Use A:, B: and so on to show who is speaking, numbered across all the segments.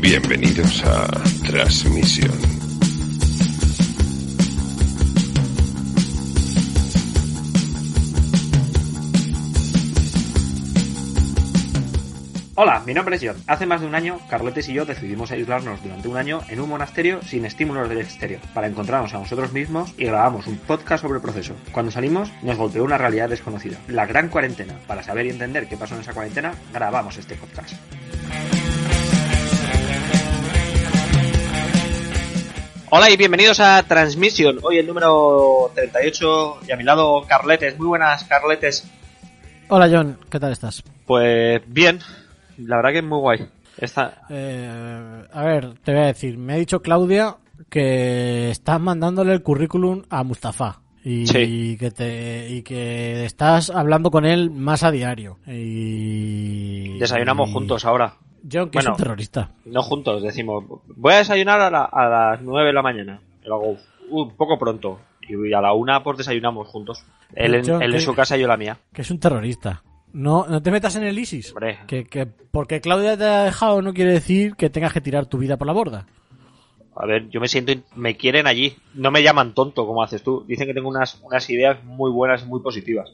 A: Bienvenidos a Transmisión.
B: Hola, mi nombre es John. Hace más de un año, Carletes y yo decidimos aislarnos durante un año en un monasterio sin estímulos del exterior, para encontrarnos a nosotros mismos y grabamos un podcast sobre el proceso. Cuando salimos, nos golpeó una realidad desconocida, la gran cuarentena. Para saber y entender qué pasó en esa cuarentena, grabamos este podcast. Hola y bienvenidos a Transmission, hoy el número 38 y a mi lado Carletes. Muy buenas, Carletes.
C: Hola John, ¿qué tal estás?
B: Pues bien, la verdad que es muy guay. Esta...
C: Eh, a ver, te voy a decir, me ha dicho Claudia que estás mandándole el currículum a Mustafa y,
B: Sí.
C: que te y que estás hablando con él más a diario. Y
B: Desayunamos
C: y-
B: juntos ahora.
C: John, que es
B: Bueno.
C: un terrorista.
B: No juntos, decimos, voy a desayunar a, la- a las 9 de la mañana. Y luego, "Uh, un poco pronto. Y a la una pues desayunamos juntos. Él, en-
C: Yo
B: él
C: que-
B: en su casa y yo la mía.
C: Que es un terrorista. No, no te metas en el ISIS.
B: Hombre.
C: Que, que porque Claudia te ha dejado no quiere decir que tengas que tirar tu vida por la borda.
B: A ver, yo me siento, in- me quieren allí. No me llaman tonto como haces tú. Dicen que tengo unas, unas ideas muy buenas, muy positivas.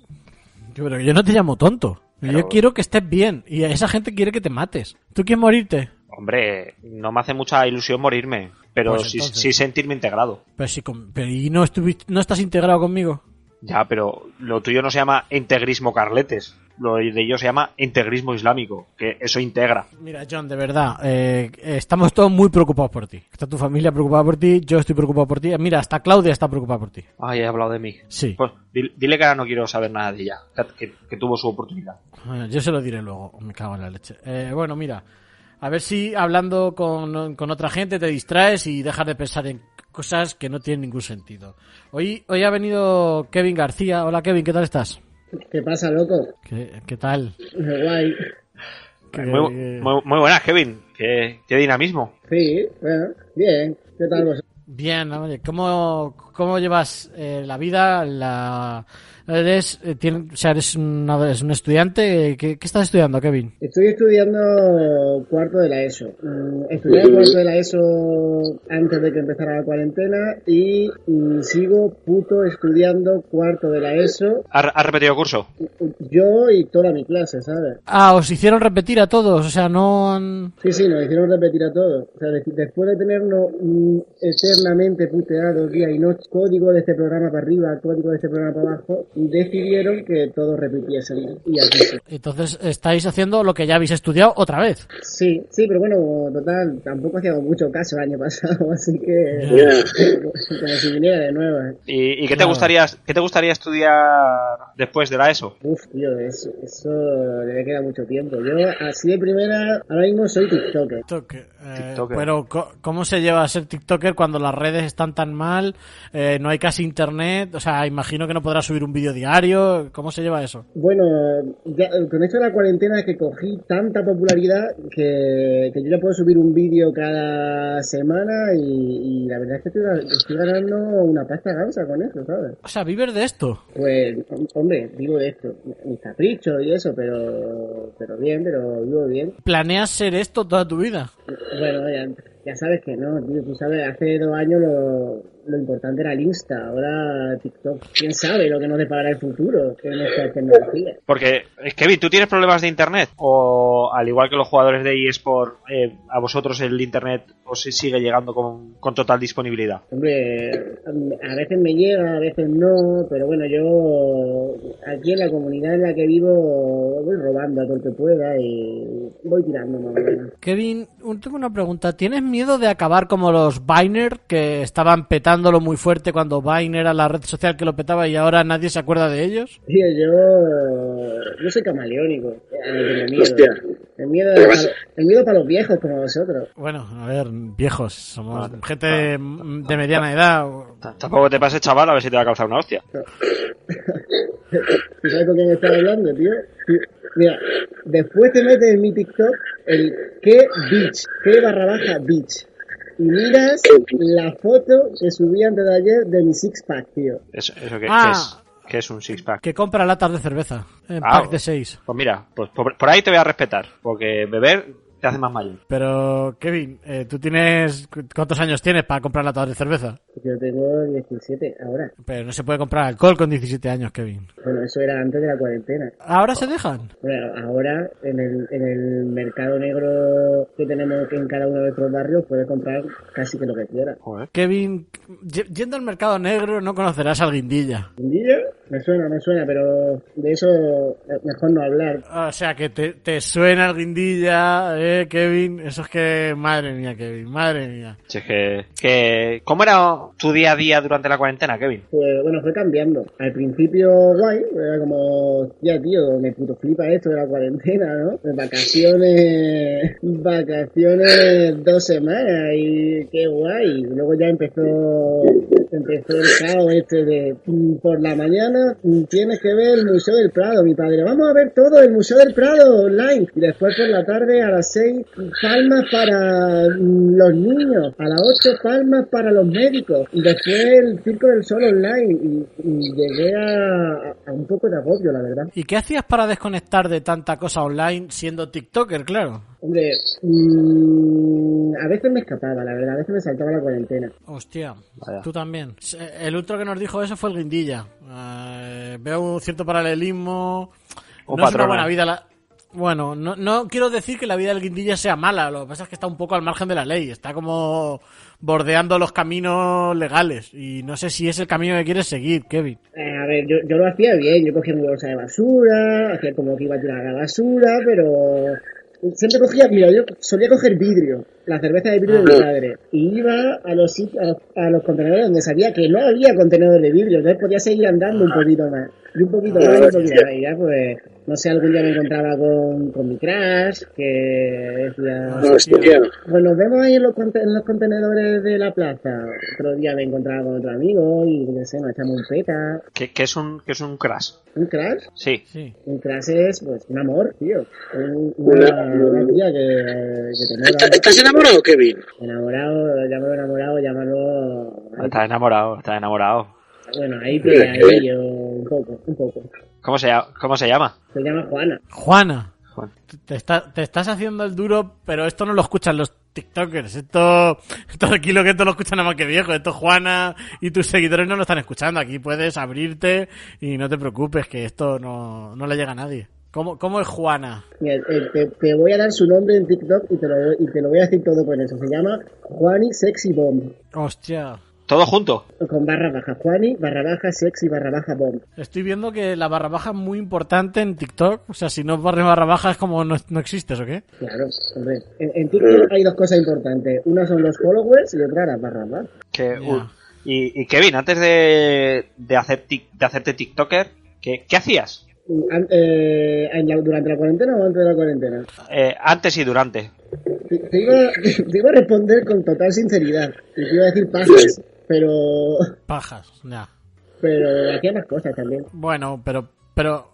C: Yo, pero yo no te llamo tonto.
B: Pero-
C: Yo quiero que estés bien y esa gente quiere que te mates. ¿Tú quieres morirte?
B: Hombre, no me hace mucha ilusión morirme, pero
C: Pues
B: sí,
C: entonces.
B: sí sentirme integrado.
C: Pero si con- pero y no estuviste, no estás integrado conmigo.
B: Ya, pero lo tuyo no se llama integrismo carletes. Lo de ellos se llama integrismo islámico, que eso integra.
C: Mira, John, de verdad, eh, estamos todos muy preocupados por ti. Está tu familia preocupada por ti, yo estoy preocupado por ti. Eh, Mira, hasta Claudia está preocupada por ti.
B: Ay, he hablado de mí.
C: Sí,
B: Pues dile, dile que ahora no quiero saber nada de ella, que, que- que tuvo su oportunidad.
C: Bueno, yo se lo diré luego. Me cago en la leche. Eh, bueno, mira, a ver si hablando con, con otra gente te distraes y dejas de pensar en cosas que no tienen ningún sentido. Hoy, hoy ha venido Kevin García. Hola, Kevin, ¿qué tal estás?
D: ¿Qué pasa, loco?
C: ¿Qué, qué tal?
D: Guay.
C: Que-
B: Muy, muy, muy buenas, Kevin. Qué, qué dinamismo.
D: Sí, bueno, bien. ¿Qué tal vos?
C: Bien, oye, ¿cómo, cómo llevas eh, la vida? La, eres, eh, tien- o sea, eres un, eres un estudiante. eh, ¿Qué, qué estás estudiando, Kevin?
D: Estoy estudiando cuarto de la ESO. Mm, Estudié cuarto de la ESO antes de que empezara la cuarentena y mm, sigo puto estudiando cuarto de la ESO
B: ¿Has, has repetido curso?
D: yo y toda mi clase, ¿sabes?
C: Ah, os hicieron repetir a todos, o sea, no han...
D: Sí, sí, nos hicieron repetir a todos. O sea, de- después de tenernos mm, eternamente puteados día y noche, código de este programa para arriba, código de este programa para abajo, decidieron que todos repitiesen. Y aquí sí.
C: Entonces estáis haciendo lo que ya habéis estudiado otra vez.
D: Sí, sí, pero bueno, total, tampoco hacíamos mucho caso el año pasado, así que como si viniera de nuevo.
B: ¿Y, y qué, te
C: Claro.
B: gustaría, qué te gustaría estudiar después de la ESO?
D: Uf, tío, eso, eso le queda mucho tiempo. Yo así de primera, ahora mismo soy TikToker.
C: TikToker, eh,
B: TikToker.
C: Pero co- ¿cómo se lleva a ser TikToker cuando las redes están tan mal? Eh, no hay casi internet, o sea, imagino que no podrás subir un vídeo diario. ¿Cómo se lleva eso?
D: Bueno, ya, eh, con esto de la cuarentena es que cogí tanta popularidad que, que yo ya puedo subir un vídeo cada semana y, y la verdad es que estoy, estoy ganando una pasta gansa con eso, ¿sabes?
C: O sea, viver de esto.
D: Pues, hom- hombre, vivo de esto, mis caprichos y eso, pero, pero bien, pero vivo bien.
C: ¿Planeas ser esto toda tu vida?
D: Bueno, ya, ya sabes que no, tío, tú sabes, hace dos años lo, lo importante era el Insta, ahora TikTok. ¿Quién sabe lo que nos deparará el futuro con nuestras tecnologías?
B: Porque, eh, Kevin, ¿tú tienes problemas de internet? ¿O al igual que los jugadores de eSport, eh, a vosotros el internet os sigue llegando con, con total disponibilidad?
D: Hombre, a veces me llega, a veces no, pero bueno, yo aquí en la comunidad en la que vivo voy robando a todo el que pueda y voy tirando más o menos.
C: Kevin, un- tengo una pregunta. ¿Tienes miedo de acabar como los Viner que estaban petándolo muy fuerte cuando Viner era la red social que lo petaba y ahora nadie se acuerda de ellos?
D: Tío, yo, yo soy camaleónico, a mí me da miedo. El miedo, el miedo para los viejos como vosotros.
C: Bueno, a ver, viejos, somos gente de mediana edad.
B: T- Tampoco te pases, chaval, a ver si te va a causar una hostia.
D: ¿Tú sabes con quién está hablando, tío? Sí. Mira, después te metes en mi TikTok el qué bitch, qué barra baja bitch. Y miras la foto que subí antes de ayer de mi six pack, tío.
B: Eso, eso que,
C: Ah.
B: que es, que es un six-pack.
C: Que compra latas de cerveza en
B: Ah,
C: pack de 6.
B: Pues mira, pues por, por ahí te voy a respetar, porque beber te hace más mayor.
C: Pero, Kevin, eh, ¿tú tienes cu- cuántos años tienes para comprar latas de cerveza?
D: Yo tengo 17 ahora.
C: Pero no se puede comprar alcohol con 17 años, Kevin.
D: Bueno, eso era antes de la cuarentena.
C: ¿Ahora se dejan?
D: Bueno, ahora en el, en el mercado negro que tenemos en cada uno de nuestros barrios puedes comprar casi que lo que quieras.
B: Joder.
C: Kevin, y- yendo al mercado negro no conocerás al guindilla.
D: ¿Guindilla? Me suena, me suena, pero de eso eh, mejor no hablar.
C: O sea, que te, te suena el guindilla, eh, Kevin. Eso es que, madre mía, Kevin, madre mía.
B: Si es que, que- ¿Cómo era tu día a día durante la cuarentena, Kevin?
D: Pues bueno, fue cambiando. Al principio guay, era como, ya tío, me puto flipa esto de la cuarentena, ¿no? De Vacaciones, vacaciones dos semanas y qué guay. Luego ya empezó, empezó el caos este de mm, por la mañana mm, tienes que ver el Museo del Prado, mi padre. Vamos a ver todo el Museo del Prado online. Y después por la tarde a las seis, palmas para mm, los niños, a las ocho palmas para los médicos. Y después el Circo del Sol online. Y, y llegué a, a un poco de agobio, la verdad.
C: ¿Y qué hacías para desconectar de tanta cosa online siendo TikToker, claro?
D: Hombre, mm, a veces me escapaba, la verdad, a veces me saltaba la cuarentena.
C: Hostia,
B: Vaya.
C: tú también. Se- El otro que nos dijo eso fue el Guindilla. Eh, veo un cierto paralelismo.
B: Un
C: no es una
B: patrón. ¿eh?
C: buena vida la... Bueno, no, no quiero decir que la vida del Guindilla sea mala, lo que pasa es que está un poco al margen de la ley, está como bordeando los caminos legales y no sé si es el camino que quieres seguir, Kevin.
D: Eh, a ver, yo, yo lo hacía bien, yo cogía mi bolsa de basura, hacía como que iba a tirar la basura, pero siempre cogía, mira, yo solía coger vidrio, la cerveza de vidrio de mi padre, y iba a los, sit- a los, a los contenedores donde sabía que no había contenedores de vidrio, entonces podía seguir andando un poquito más, y un poquito más, y un poquito más, y ya pues, no sé, algún día me encontraba con, con mi crash, que decía...
C: Hostia.
D: Pues nos vemos ahí en los, conte- en los contenedores de la plaza. Otro día me encontraba con otro amigo y yo qué sé, nos echamos un peta.
B: Que, que es un, que es un crash.
D: ¿Un crash?
B: Sí.
C: Sí.
D: Un crash es, pues, un amor, tío. Un- una, una tía que, que te mola.
E: ¿Estás, estás enamorado, Kevin?
D: Enamorado, llámalo enamorado, llámalo...
B: Estás enamorado, estás enamorado.
D: Bueno, ahí te ahí yo, un poco, un poco.
B: ¿Cómo se, llama- cómo se llama?
D: Se llama Juana.
C: Juana,
B: Juan.
C: te- te, está- te estás haciendo el duro, pero esto no lo escuchan los TikTokers, esto, esto tranquilo que esto lo escuchan nada más que viejo, esto Juana y tus seguidores no lo están escuchando, aquí puedes abrirte y no te preocupes que esto no, no le llega a nadie. ¿Cómo, cómo es Juana?
D: Mira, eh, te, te voy a dar su nombre en TikTok y te lo, voy- y te lo voy a decir todo con eso. Se llama Juani Sexy Bomb.
C: Hostia.
B: Todo junto.
D: Con barra baja. Juani, barra baja, sexy, barra baja, bomb.
C: Estoy viendo que la barra baja es muy importante en TikTok. O sea, si no barres barra baja es como no, no existes, ¿o qué?
D: Claro, hombre. En, en TikTok hay dos cosas importantes. Una son los followers y otra las barras bajas.
B: Que,
C: Ya.
B: uy. y, y Kevin, antes de, de, hacer tic- de hacerte TikToker, ¿qué, qué hacías?
D: An- eh, en la- ¿Durante la cuarentena o antes de la cuarentena?
B: Eh, antes y durante.
D: Te, te iba, te iba a responder con total sinceridad. Y te iba a decir pajas, pero,
C: Pajas, ya.
D: pero hacía más cosas también.
C: Bueno, pero, pero,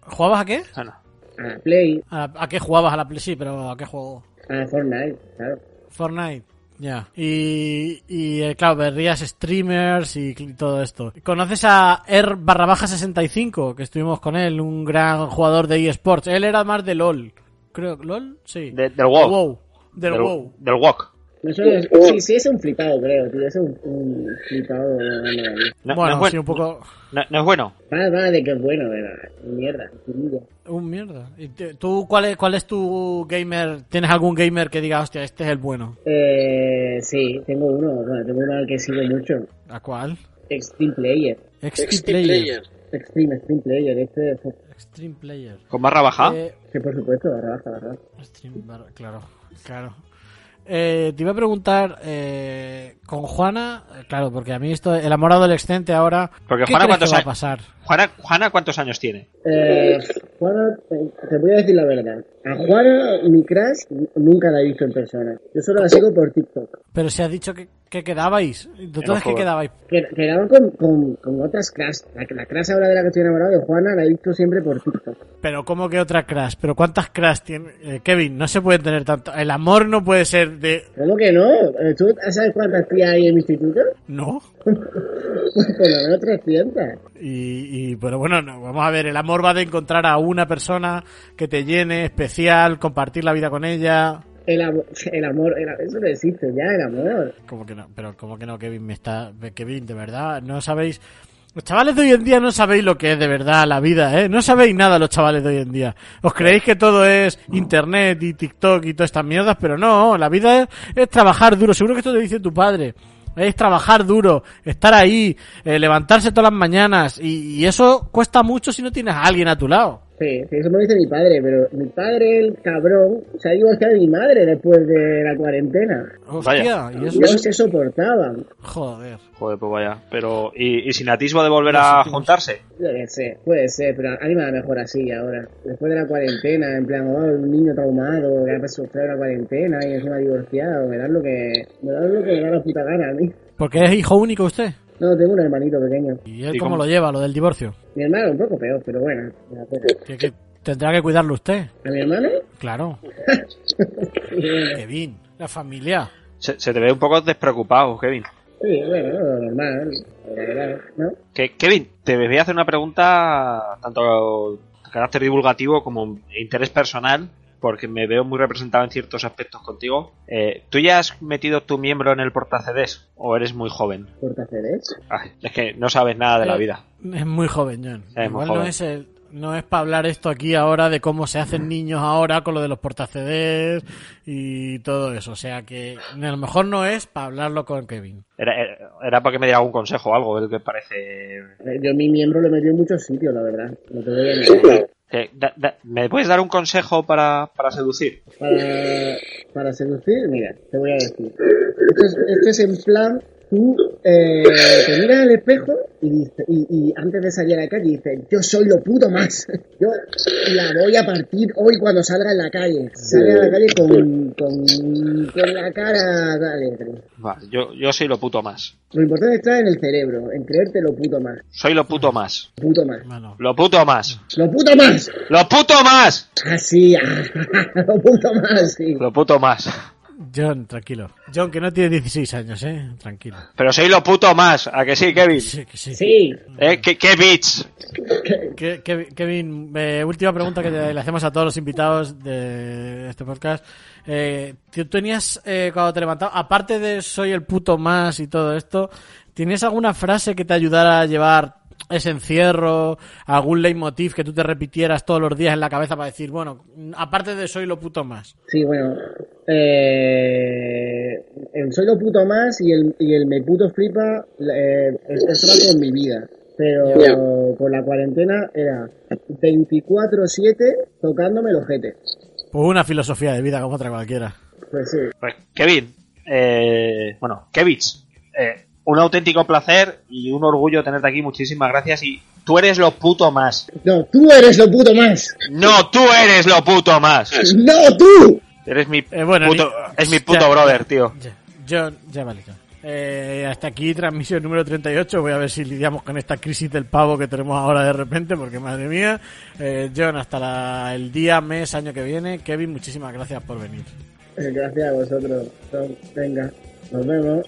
C: ¿jugabas a qué?
B: Bueno,
D: A Play,
C: ¿A, a qué jugabas a la Play? Sí, pero ¿a qué juego?
D: a Fortnite, claro.
C: Fortnite. Ya. Y, y eh, claro, verías streamers y cl- todo esto. ¿Conoces a Er R barra baja 65? Que estuvimos con él, un gran jugador de eSports. Él era más de LOL. Creo, ¿LOL? Sí.
B: de- del WoW.
C: Del, WoW.
B: Del walk.
D: No sé, sí, sí, es un flipado, creo, tío. Es un, un flipado. de la banda de ahí.
B: No,
C: bueno,
B: no es bueno.
C: sí, un poco...
B: No- no es bueno.
D: Va, va, de que es bueno, ¿verdad? Mierda, mierda.
C: Un mierda. ¿Y te- ¿Tú cuál es, cuál es tu gamer? ¿Tienes algún gamer que diga, hostia, este es el bueno?
D: Eh, sí, tengo uno, bueno, tengo uno al que sigo mucho.
C: ¿A cuál?
D: Extreme Player.
C: Extreme
E: Steam
C: Player.
D: Extreme, Extreme Player, este, pues,
C: Extreme Player.
B: Con barra baja.
C: Eh,
D: sí, por supuesto, barra baja, barra baja.
C: Extreme Bar- claro, claro. Eh, te iba a preguntar eh, con Juana, eh, claro, porque a mí esto, el amor adolescente ahora.
B: Porque
C: ¿qué
B: Juana,
C: crees que
B: ¿cuántos
C: va a
B: años?
C: pasar?
B: Juana, Juana, ¿cuántos años tiene?
D: Eh, Juana, te, te voy a decir la verdad. A Juana, mi crush, nunca la he visto en persona. Yo solo la sigo por TikTok.
C: Pero se ha dicho que, que quedabais. Entonces, ¿qué
B: jodas.
C: quedabais?
D: Que- Quedaban con, con, con otras crush. La, la crush ahora de la que estoy enamorado de Juana la he visto siempre por TikTok.
C: Pero ¿cómo que otra crash? ¿Pero cuántas crash tiene? Eh, Kevin, no se puede tener tanto. El amor no puede ser de...
D: ¿Cómo que no? Eh, ¿Tú sabes cuántas tías hay en mi instituto?
C: No.
D: Pues por lo menos 300.
C: Y, y, pero bueno, no, vamos a ver, el amor va de encontrar a una persona que te llene, especial, compartir la vida con ella.
D: El, amo- el amor, el- eso no existe ya, el amor.
C: Como que no, pero como que no, Kevin, me está, Kevin, de verdad, no sabéis, los chavales de hoy en día no sabéis lo que es de verdad la vida, ¿eh? No sabéis nada los chavales de hoy en día. Os creéis que todo es internet y TikTok y todas estas mierdas, pero no, la vida es, es trabajar duro. Seguro que esto te dice tu padre. Es trabajar duro, estar ahí, eh, levantarse todas las mañanas y, y eso cuesta mucho si no tienes a alguien a tu lado.
D: Sí, sí, eso me lo dice mi padre, pero mi padre, el cabrón, se ha divorciado de mi madre después de la cuarentena.
C: Hostia, y eso
D: No se soportaban.
C: joder.
B: Joder, pues vaya. Pero, ¿y, y sin atisbo de volver a juntarse?
D: Puede ser, puede ser, pero a mí me va mejor así ahora. Después de la cuarentena, en plan, oh, un niño traumado que ha sufrido la cuarentena y encima divorciado, me da lo que me da lo que me da la puta gana a mí.
C: Porque es hijo único usted.
D: No, tengo un hermanito pequeño.
C: ¿Y él
B: ¿Y
C: cómo
B: cómo?
C: lo lleva, lo del divorcio?
D: Mi hermano un poco peor, pero bueno. la cosa.
C: Que- que tendrá que cuidarlo usted.
D: ¿A mi hermano?
C: Claro. Kevin, la familia.
B: Se, se te ve un poco despreocupado, Kevin.
D: Sí, bueno, lo normal, la verdad, ¿no?
B: Que, Kevin, te voy a hacer una pregunta tanto de carácter divulgativo como interés personal, porque me veo muy representado en ciertos aspectos contigo. Eh, ¿Tú ya has metido tu miembro en el portacedes o eres muy joven?
D: Portacedes.
B: Ay, es que no sabes nada de la
C: Eh,
B: vida.
C: Es muy joven, John.
B: muy
C: Igual no
B: joven.
C: es el- No es para hablar esto aquí ahora de cómo se hacen niños ahora con lo de los portacedes y todo eso. O sea que a lo mejor no es para hablarlo con Kevin.
B: Era, era, era para que me diera algún consejo o algo, el que parece...
D: Eh, Yo mi miembro lo he metido en muchos sitios, la verdad. No te voy a negar.
B: Eh, da- da- ¿Me puedes dar un consejo para, para seducir?
D: Para, para seducir, mira, te voy a decir. Esto es, esto es en plan, tú eh, te miras al espejo y, dices- y, y antes de salir a la calle dices, yo soy lo puto más. Yo la voy a partir hoy cuando salga en la calle. Sale a la calle con, con, con la cara alegre.
B: Vale, yo, yo soy lo puto más.
D: Lo importante está en el cerebro, en creerte lo puto más.
B: Soy lo puto más.
D: Puto más.
C: Bueno,
B: Lo puto más.
D: Lo puto más.
B: Lo puto más.
D: Así, lo puto más, sí.
B: Lo puto más.
C: John, tranquilo. John, que no tiene 16 años, ¿eh? Tranquilo.
B: Pero soy lo puto más. ¿A que sí, Kevin?
C: Sí, que sí.
D: Sí,
B: ¿Eh? ¿Qué, qué bitch?
C: Ke- Ke- Kevin, eh, última pregunta que te- le hacemos a todos los invitados de este podcast. Eh, ¿Tú tenías, eh, cuando te levantabas, aparte de soy el puto más y todo esto, ¿tenías alguna frase que te ayudara a llevar ese encierro, algún leitmotiv que tú te repitieras todos los días en la cabeza para decir, bueno, aparte de soy lo puto más?
D: sí, bueno. Eh, el soy lo puto más y el, y el me puto flipa, eh, es- eso va con mi vida. Pero con la cuarentena era 24-7 tocándome el ojete.
C: Pues una filosofía de vida como otra cualquiera.
D: Pues sí.
B: Pues, Kevin. Eh, bueno, qué bitch. Eh, un auténtico placer y un orgullo tenerte aquí. Muchísimas gracias. Y tú eres lo puto más.
D: No, tú eres lo puto más.
B: No, tú eres lo puto más.
D: No, tú.
B: Eres mi
C: Eh, bueno,
B: puto,
C: ni-
B: es mi puto
C: Ya.
B: brother, tío.
C: Ya, John, ya vale. John. Eh, hasta aquí transmisión número 38. Voy a ver si lidiamos con esta crisis del pavo que tenemos ahora de repente, porque madre mía. Eh, John, hasta la- el día, mes, año que viene. Kevin, muchísimas gracias por venir.
D: Eh, Gracias a vosotros. Venga, nos vemos.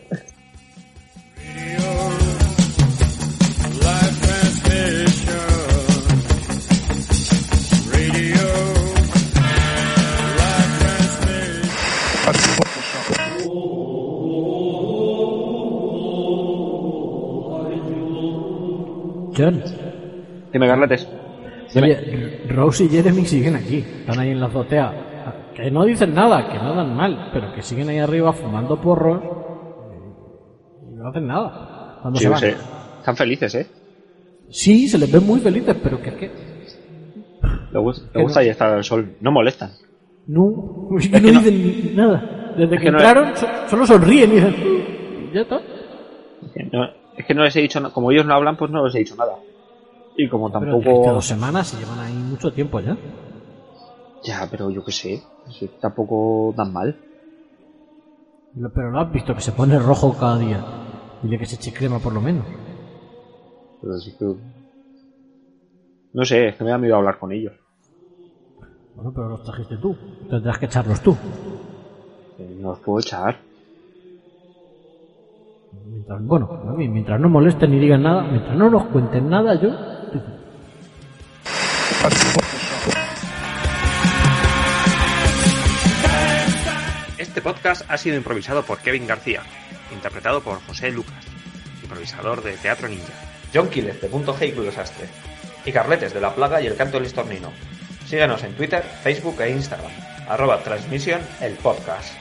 E: John,
B: Dime, Carletes.
E: oye, Rose y Jeremy siguen aquí, están ahí en la azotea.
C: Que no dicen nada, que no dan mal, pero que siguen ahí arriba fumando porros y no hacen nada. Cuando se van.
B: Están felices, ¿eh?
C: Sí, se les ve muy felices, pero que es que
B: Le gusta y estar al sol. No molestan.
C: no, es que
B: que no-
C: no dicen nada. Desde que
B: que no-
C: entraron, so- solo sonríen y dicen, "Mm, ya está.
B: No, es que no les he dicho, na- como ellos no hablan, pues no les he dicho nada. Y como
C: Pero que
B: tampoco.
C: dos semanas se llevan ahí mucho tiempo ya.
B: Ya, pero yo qué sé. sí, Tampoco tan mal.
C: Lo- Pero lo has visto que se pone rojo cada día. Dile que se eche crema por lo menos.
B: Pero sí que. No sé, es que me da miedo hablar con ellos.
C: Bueno, pero los trajiste tú. Tendrás que echarlos tú.
B: Eh, No los puedo echar.
C: Mientras, bueno, a mí, mientras no molesten ni digan nada, mientras no nos cuenten nada, yo
B: Este podcast ha sido improvisado por Kevin García, interpretado por José Lucas, improvisador de Teatro Ninja. John Quiles de Punto G y Club Desastre. Y Carletes de La Plaga y El Canto del Estornino. Síganos en Twitter, Facebook e Instagram. Arroba Transmisión el Podcast.